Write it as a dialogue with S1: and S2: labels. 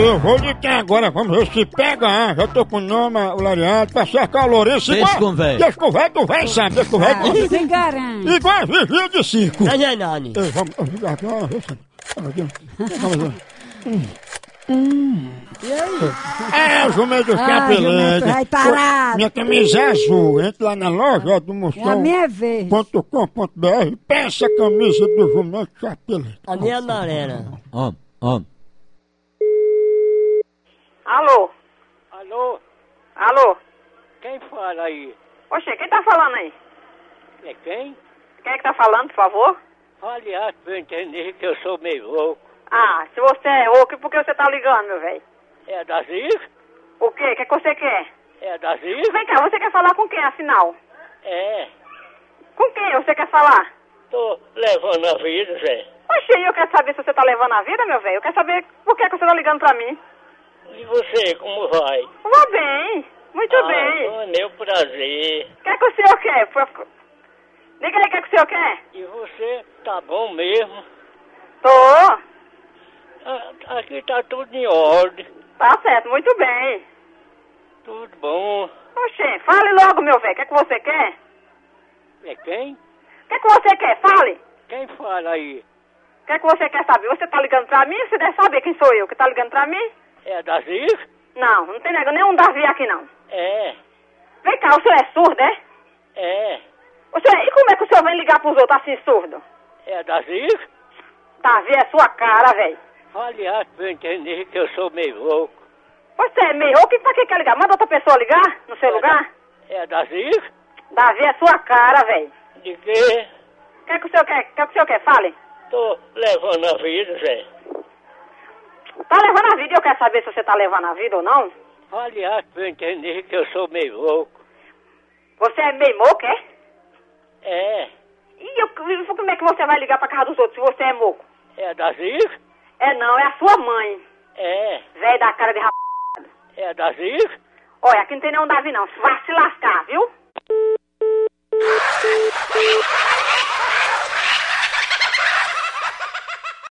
S1: Eu vou ligar agora, vamos ver se pega. Já tô com o nome, o Lariado, pra cercar o Lourenço.
S2: Deixa
S1: igual-
S2: com o véio.
S1: Deixa com o velho, tu velho sabe, deixa com o velho.
S3: Sem garante.
S1: Igual a vigia de circo.
S4: Ai,
S3: é,
S4: ai, Nani.
S1: Ei, Vamos vamos ligar agora, viu, Sandro? Vamos ver. Vamos ver.
S4: E aí?
S1: É, o Jumento
S3: Ah,
S1: Capelândia.
S3: jumento, vai parar.
S1: Minha camisa é azul. Entre lá na loja ó, do
S3: É a minha vez.
S1: moção.com.br peça a camisa do Jumento Capelândia.
S4: A minha amarela.
S2: Ó, ó.
S5: Alô?
S6: Alô,
S5: Alô?
S6: quem fala aí?
S5: Oxê, quem tá falando aí?
S6: É quem?
S5: Quem é que tá falando, por favor?
S6: Fale alto pra eu entender que eu sou meio louco.
S5: Ah, se você é oco, por que você tá ligando, meu velho?
S6: É da Zica?
S5: O quê? O que, é que você quer?
S6: É da Zica?
S5: Vem cá, você quer falar com quem, afinal?
S6: É.
S5: Com quem você quer falar?
S6: Tô levando a vida, Zé.
S5: Oxê, eu quero saber se você tá levando a vida, meu velho. Eu quero saber por que, que você tá ligando pra mim.
S6: E você, como vai?
S5: Vou bem, muito
S6: ah,
S5: bem.
S6: Foi meu prazer.
S5: O que é que o senhor quer? Por- Diga aí o que é que o senhor quer.
S6: E você, tá bom mesmo?
S5: Tô.
S6: Ah, Aqui tá tudo em ordem,
S5: Tá certo, muito bem.
S6: tudo bom.
S5: Oxê, fale logo, meu velho. O que é que você quer?
S6: É quem?
S5: O que é que você quer? Fale.
S6: Quem fala aí?
S5: O que é que você quer saber? Você tá ligando pra mim? Você deve saber quem sou eu que tá ligando pra mim?
S6: É da Zica?
S5: Não, não tem nego- nenhum Davi aqui não.
S6: É,
S5: Vem cá, o senhor é surdo, é?
S6: é.
S5: O senhor, e como é que o senhor vem ligar pros outros assim surdo?
S6: É da Zica?
S5: Davi é sua cara, velho.
S6: Fale alto pra eu entender que eu sou meio louco.
S5: Você é meio rouco, e pra que quer ligar? Manda outra pessoa ligar no seu
S6: É
S5: lugar?
S6: É da Zica?
S5: Davi é sua cara, velho.
S6: De quê?
S5: O que é que o senhor quer? O que é que o senhor quer? Fale.
S6: Tô levando a vida, Zé.
S5: Tá levando a vida, eu quero saber se você tá levando a vida ou não.
S6: Fale alto pra eu entender que eu sou meio louco.
S5: Você é meio moco, é?
S6: É,
S5: E eu- como é que você vai ligar pra casa dos outros se você é moco?
S6: é da Zica?
S5: É não, é a sua mãe,
S6: É,
S5: velho da cara de rap...
S6: é da Zica?
S5: Olha, aqui não tem nenhum Davi não. Vai se lascar, viu?